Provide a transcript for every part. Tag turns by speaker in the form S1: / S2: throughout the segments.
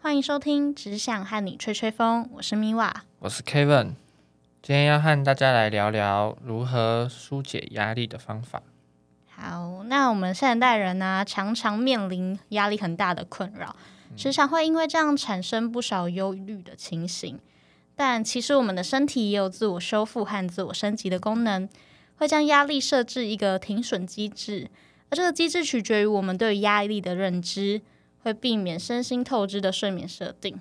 S1: 欢迎收听《只想和你吹吹风》，我是米瓦。
S2: 我是 Kevin，今天要和大家来聊聊如何疏解压力的方法。
S1: 好，那我们现代人呢、常常面临压力很大的困扰，时常会因为这样产生不少忧虑的情形。但其实我们的身体也有自我修复和自我升级的功能，会将压力设置一个停损机制，而这个机制取决于我们对压力的认知，会避免身心透支的睡眠设定。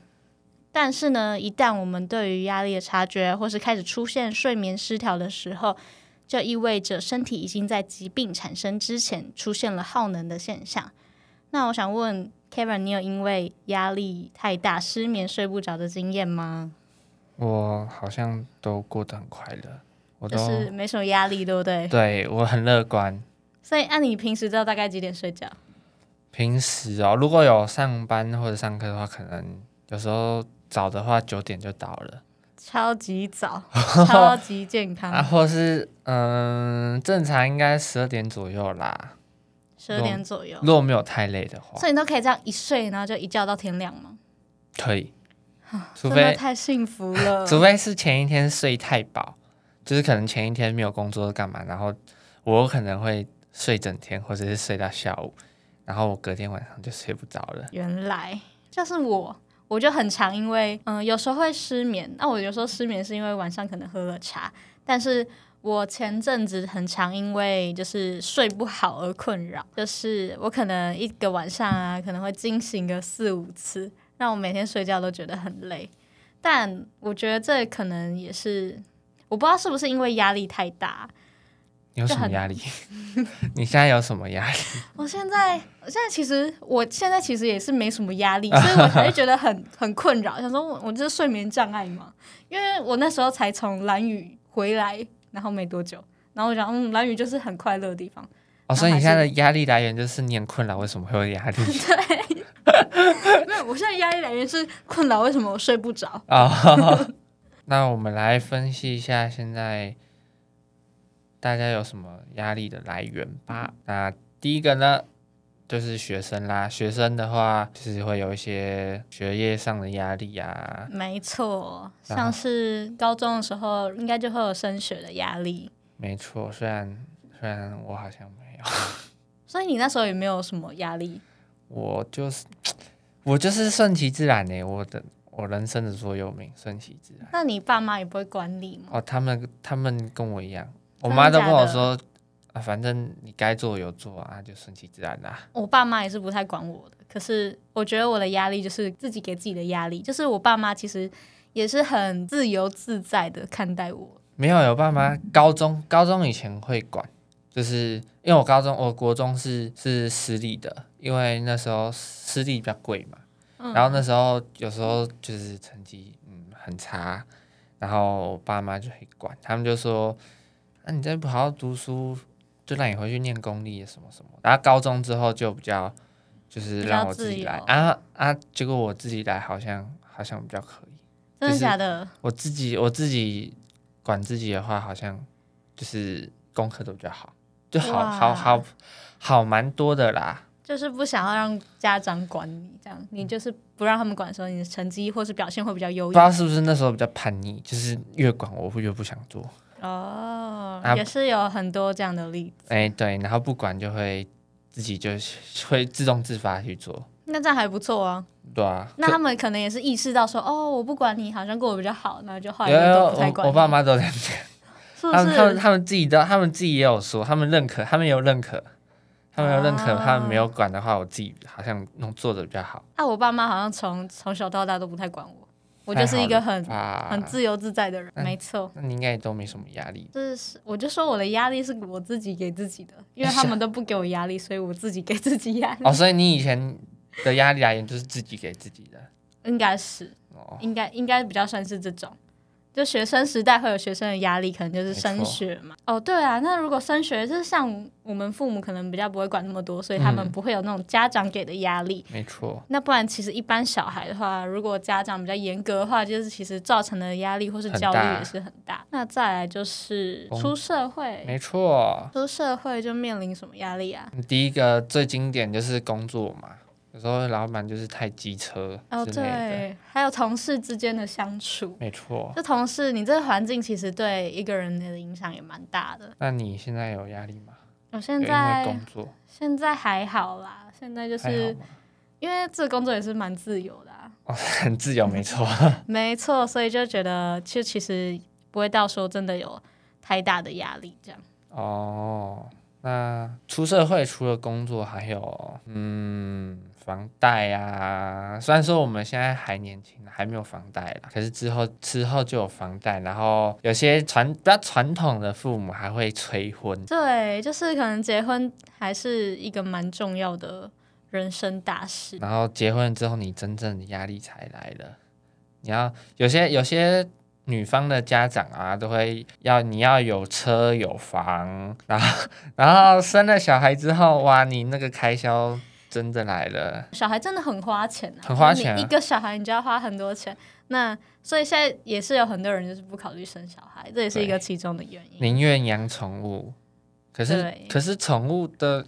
S1: 但是呢，一旦我们对于压力的察觉，或是开始出现睡眠失调的时候，这意味着身体已经在疾病产生之前出现了耗能的现象。那我想问 Kevin，你有因为压力太大、失眠、睡不着的经验吗？
S2: 我好像都过得很快乐，我
S1: 就
S2: 都、
S1: 是没什么压力，对不对？
S2: 对我很乐观。
S1: 所以，按、你平时知道大概几点睡觉？
S2: 平时哦，如果有上班或者上课的话，可能有时候早的话九点就到了，
S1: 超级 早，超级健
S2: 啊，
S1: 康，
S2: 或是嗯、正常应该十二点左右啦。
S1: 十二点左右。
S2: 如果没有太累的话，
S1: 所以你都可以这样一睡，然后就一觉到天亮吗？
S2: 可以，除
S1: 真的
S2: 非
S1: 太幸福了。
S2: 除非是前一天睡太饱，就是可能前一天没有工作干嘛，然后我有可能会睡整天，或者是睡到下午，然后我隔天晚上就睡不着了。
S1: 原来就是我，我就很常因为嗯、有时候会失眠。那我有时候失眠是因为晚上可能喝了茶，但是我前阵子很常因为就是睡不好而困扰，就是我可能一个晚上啊，可能会惊醒个四五次，让我每天睡觉都觉得很累。但我觉得这可能也是，我不知道是不是因为压力太大，
S2: 你有什么压力？ 你现在有什么压力？
S1: 我现在，我现在其实，我现在其实也是没什么压力，所 以我才会觉得很很困扰，想说我我这是睡眠障碍嘛？因为我那时候才从蓝雨回来，然后没多久，然后我想，嗯，蓝雨就是很快乐的地方，
S2: 哦，所以你现在的压力来源就是你很困扰，为什么会有压力？
S1: 没有，我现在压力来源是困扰，为什么我睡不着？
S2: 哦，那我们来分析一下现在大家有什么压力的来源吧。那第一个呢，就是学生啦。学生的话，就是会有一些学业上的压力啊。
S1: 没错，
S2: 然后
S1: 像是高中的时候，应该就会有升学的压力，
S2: 没错，虽然虽然我好像没有，
S1: 所以你那时候也没有什么压力，
S2: 我就是我就是顺其自然呢、我的我人生的座右铭，顺其自然。
S1: 那你爸妈也不会管你吗？
S2: 哦，他们他们跟我一样，我
S1: 真的
S2: 妈都
S1: 假
S2: 跟我
S1: 的
S2: 说啊，反正你该做有做啊，就顺其自然啦、
S1: 我爸妈也是不太管我的，可是我觉得我的压力就是自己给自己的压力，就是我爸妈其实也是很自由自在的看待我。
S2: 没有有爸妈，高中高中以前会管，就是因为我高中我国中是是私立的，因为那时候私立比较贵嘛，
S1: 嗯
S2: 然后那时候有时候就是成绩嗯很差，然后我爸妈就会管，他们就说，那、你再不好好读书，就让你回去念公立什么什么。然后高中之后就比较就是
S1: 比较
S2: 让我自己来
S1: 自
S2: 啊啊，结果我自己来好像好像比较可以。
S1: 真的
S2: 就是
S1: 假的？
S2: 我自己我自己管自己的话，好像就是功课都比较好，就好
S1: 哇
S2: 好好好蛮多的啦。
S1: 就是不想要让家长管你，这样你就是不让他们管的时候，你的成绩或是表现会比较优
S2: 不
S1: 异。
S2: 知道是不是那时候比较叛逆，就是越管我会越不想做。
S1: 哦，
S2: 啊
S1: 也是有很多这样的例子。
S2: 哎、对，然后不管就会自己就会自动自发去做，
S1: 那这样还不错啊。
S2: 对啊。
S1: 那
S2: 可
S1: 他们可能也是意识到说，哦，我不管你，好像过得比较好，然后就后来
S2: 有有
S1: 就
S2: 有
S1: 都不太管
S2: 我我
S1: 你
S2: 爸妈都这样讲，
S1: 是
S2: 他
S1: 不
S2: 们他们
S1: 是？
S2: 他们自己都他们自己也有说，他们认可，他们也有认可，他们有认可，他们没有管的话，我自己好像弄做的比较好。
S1: 啊，我爸妈好像从从小到大都不太管我，我就是一个很
S2: 啊，
S1: 很自由自在的人，
S2: 嗯
S1: 没错。
S2: 那你应该也都没什么压力。
S1: 这是我就说我的压力是我自己给自己的，因为他们都不给我压力，所以我自己给自己压力。
S2: 哦，所以你以前的压力来源就是自己给自己的。
S1: 应该是，
S2: 哦，
S1: 应该应该比较算是这种。就学生时代会有学生的压力，可能就是升学嘛。哦，对啊，那如果升学，就是像我们父母可能比较不会管那么多，所以他们
S2: 嗯
S1: 不会有那种家长给的压力。
S2: 没错，
S1: 那不然，其实一般小孩的话，如果家长比较严格的话，就是其实造成的压力或是
S2: 很
S1: 焦
S2: 大
S1: 虑也是很大。那再来就是
S2: 工
S1: 出社会，
S2: 没错。
S1: 出社会就面临什么压力啊？
S2: 第一个最经典就是工作嘛，有时候老板就是太机车
S1: 哦，
S2: 之类的，哦
S1: 对，还有同事之间的相处，
S2: 没错。
S1: 这同事你这个环境其实对一个人的影响也蛮大的。
S2: 那你现在有压力吗？
S1: 我
S2: 有
S1: 现
S2: 因为
S1: 在
S2: 工作
S1: 现在还好啦，现在就
S2: 还好
S1: 是
S2: 吗？
S1: 因为这个工作也是蛮自由的、啊，
S2: 哦，很自由，没错。
S1: 没错，所以就觉得其实其实不会到说真的有太大的压力这样。
S2: 哦，那出社会除了工作，还有嗯房贷啊。虽然说我们现在还年轻，还没有房贷啦，可是之后之后就有房贷。然后有些传比较传统的父母还会催婚，
S1: 对，就是可能结婚还是一个蛮重要的人生大事。
S2: 然后结婚之后你真正的压力才来了。你要有些有些。女方的家长啊，都会要你要有车有房， 然后然后生了小孩之后，哇，你那个开销真的来了。
S1: 小孩真的很花钱啊，
S2: 很花钱啊
S1: 就是你一个小孩你就要花很多钱。那所以现在也是有很多人就是不考虑生小孩，这也是一个其中的原因。
S2: 宁愿养宠物，可是
S1: 对
S2: 可是宠物的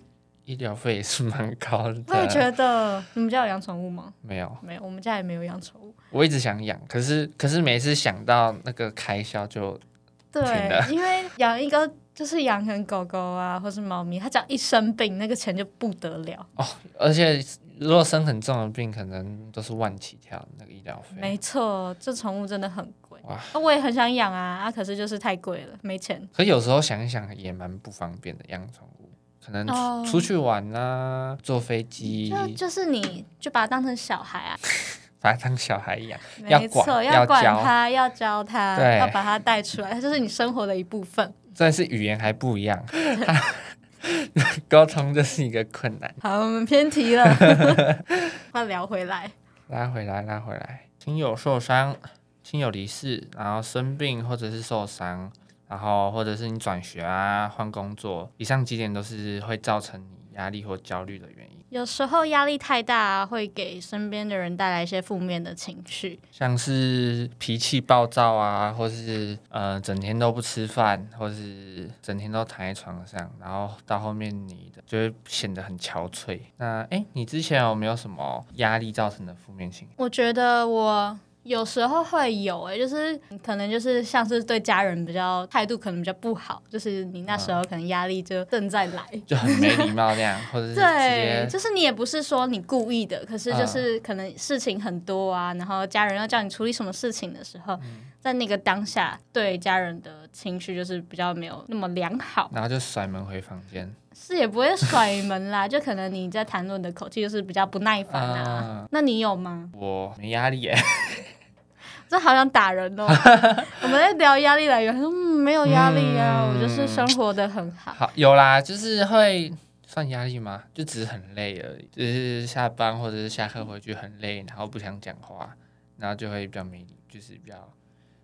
S2: 医疗费也是蛮高的。
S1: 我也觉得，你们家有养宠物吗？
S2: 没有，
S1: 没有，我们家也没有养宠 物。
S2: 我一直想养，可是可是每次想到那个开销就停
S1: 对
S2: 了，
S1: 因为养一个就是养成狗狗啊，或是猫咪，它只要一生病，那个钱就不得了。
S2: 哦，而且如果生很重的病，可能都是万起跳那个医疗费。
S1: 没错，这宠物真的很贵。
S2: 哇
S1: 啊，我也很想养啊，啊，可是就是太贵了，没钱。
S2: 可有时候想一想也蛮不方便的，养宠物可能出,、
S1: 哦
S2: 出去玩啊，坐飞机，
S1: 就就是你就把它当成小孩啊，
S2: 把它当小孩养。要
S1: 没错，
S2: 管要
S1: 管
S2: 教
S1: 他，要教他，
S2: 对
S1: 要把他带出来，它就是你生活的一部分。
S2: 虽然是语言还不一样， 沟通就是一个困难。
S1: 好，我们偏题 了，快聊回来。
S2: 拉回来，拉回来。亲友受伤，亲友离世，然后生病或者是受伤，然后或者是你转学啊、换工作，以上几点都是会造成你压力或焦虑的原因。
S1: 有时候压力太大、啊会给身边的人带来一些负面的情绪。
S2: 像是脾气暴躁啊，或是呃整天都不吃饭，或是整天都躺在床上，然后到后面你的就会显得很憔悴。那哎，诶你之前有没有什么压力造成的负面情绪？
S1: 我觉得我有时候会有、欸，就是可能就是像是对家人比较态度可能比较不好，就是你那
S2: 嗯
S1: 时候可能压力就正在来。
S2: 就很没礼貌那样，或者是直接嗯
S1: 对，就是你也不是说你故意的，可是就是可能事情很多啊，然后家人要叫你处理什么事情的时候，
S2: 嗯
S1: 在那个当下对家人的情绪就是比较没有那么良好，
S2: 然后就甩门回房间。
S1: 是也不会甩门啦，就可能你在谈论的口气就是比较不耐烦啊。那你有吗？
S2: 我没压力耶，
S1: 这好想打 人哦！我们在聊压力来源，嗯，没有压力啊，
S2: 嗯
S1: 我就是生活的很好。
S2: 好有啦，就是会算压力吗？就只是很累而已，就是下班或者是下课回去很累，然后不想讲话，然后就会比较没力，就是比较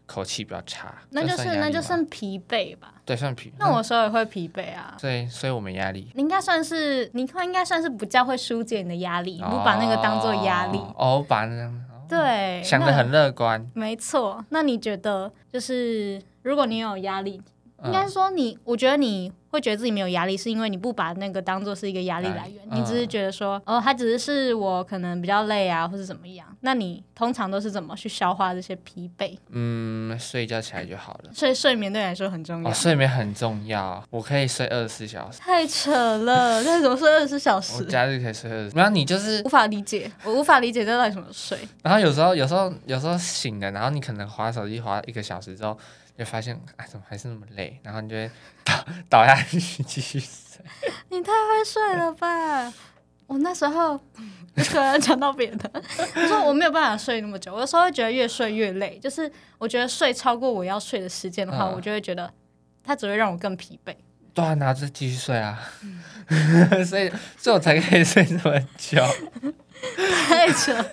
S2: 口气比较差。
S1: 那就
S2: 这
S1: 是
S2: 算压
S1: 那
S2: 力嗯
S1: 就
S2: 吗
S1: 算疲惫吧。
S2: 对算疲。
S1: 那我有时候也会疲惫啊。
S2: 所以所以我没压力。
S1: 你应该算是，你应该算是比较会疏解你的压力，你不把那个当做压力。
S2: 哦，哦我把那当哦
S1: 对，
S2: 想的很乐观，
S1: 那。没错，那你觉得就是，如果你有压力，应该
S2: 嗯
S1: 说你，我觉得你会觉得自己没有压力，是因为你不把那个当做是一个压力来源，
S2: 嗯
S1: 你只是觉得说，哦，它只是是我可能比较累啊，或是怎么样。那你通常都是怎么去消化这些疲惫？
S2: 嗯，睡一觉起来就好了。
S1: 所以睡眠对你来说很重要。
S2: 哦，睡眠很重要，我可以睡二十四小时，
S1: 太扯了，那怎么睡二十四小
S2: 我
S1: 时？
S2: 假日可以睡二十。然后你就是
S1: 无法理解，我无法理解这到底怎么睡。
S2: 然后有时候，有时候，有时候醒了，然后你可能划手机划一个小时之后，就发现哎，怎么还是那么累？然后你就会啊倒倒下去继续睡。
S1: 你太会睡了吧！我那时候就突然讲到别的， 我说我没有办法睡那么久，我有时候会觉得越睡越累，就是我觉得睡超过我要睡的时间的话，
S2: 嗯
S1: 我就会觉得它只会让我更疲惫。
S2: 对啊，然后就继续睡啊。所以，所以我才可以睡这么久。
S1: 太扯，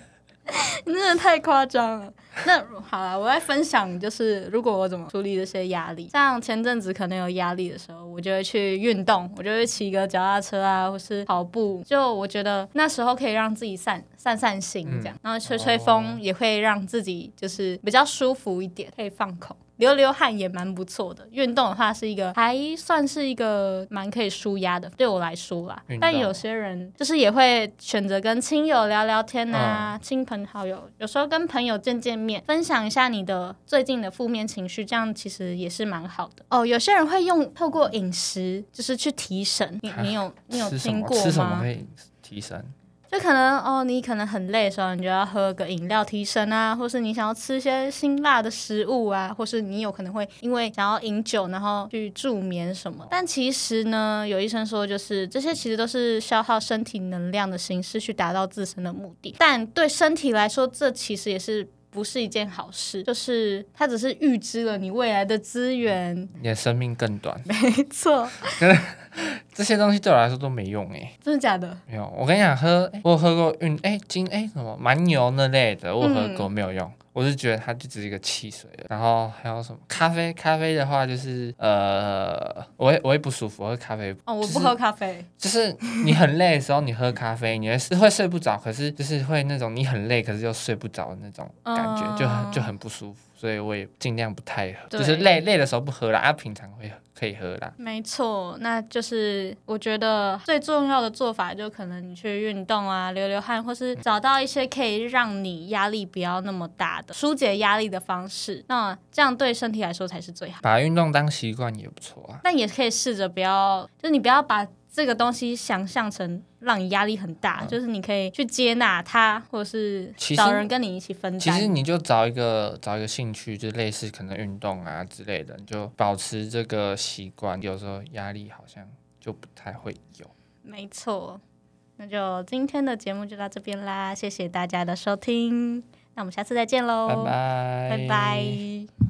S1: 你真的太夸张了。那好了，我来分享，就是如果我怎么处理这些压力。像前阵子可能有压力的时候，我就会去运动，我就会骑个脚踏车啊，或是跑步。就我觉得那时候可以让自己散散散
S2: 嗯
S1: 心，这样，然后吹吹
S2: 哦哦
S1: 风也会让自己就是比较舒服一点，可以放空。流流汗也蛮不错的。运动的话是一个还算是一个蛮可以舒压的，对我来说啦
S2: 运动。
S1: 但有些人就是也会选择跟亲友聊聊天
S2: 嗯
S1: 啊，亲朋好友，有时候跟朋友见见面，分享一下你的最近的负面情绪，这样其实也是蛮好的。哦，有些人会用透过饮食就是去提神，你你有你有
S2: 吃什
S1: 听
S2: 么
S1: 过吗？
S2: 哎吃什么可以提神？
S1: 就可能哦，你可能很累的时候，你就要喝个饮料提神啊，或是你想要吃一些辛辣的食物啊，或是你有可能会因为想要饮酒，然后去助眠什么。但其实呢，有医生说，就是这些其实都是消耗身体能量的形式去达到自身的目的。但对身体来说，这其实也是。不是一件好事，就是它只是预知了你未来的资源，
S2: 你的生命更短，
S1: 没错，
S2: 这些东西对我来说都没用哎、
S1: 真的假的？
S2: 没有，我跟你讲，喝、诶我有喝过运哎金哎什么蛮牛那类的，我有喝过、没有用，我是觉得它就只是一个汽水了。然后还有什么咖啡？咖啡的话就是呃，我会我会不舒服，我喝咖啡
S1: 哦，我
S2: 就是
S1: 不喝咖啡，
S2: 就是你很累的时候，你喝咖啡，你会是会睡不着，可是就是会那种你很累，可是又睡不着的那种感觉，
S1: 嗯
S2: 就很就很不舒服，所以我也尽量不太喝，
S1: 对
S2: 就是累累的时候不喝啦，啊，平常会可以喝啦。
S1: 没错，那就是我觉得最重要的做法，就可能你去运动啊，流流汗，或是
S2: 嗯
S1: 找到一些可以让你压力不要那么大的疏解压力的方式。那这样对身体来说才是最好。
S2: 把运动当习惯也不错啊。
S1: 但也可以试着不要，就是你不要把这个东西想象成让你压力很大，就是你可以去接纳它，或者是
S2: 嗯其实
S1: 找人跟你一起分
S2: 其实
S1: 担。
S2: 你就找一个找一个兴趣，就类似可能运动啊之类的，你就保持这个习惯。有时候压力好像就不太会有。
S1: 没错，那就今天的节目就到这边啦，谢谢大家的收听，那我们下次再见喽，
S2: 哦拜拜，
S1: 拜拜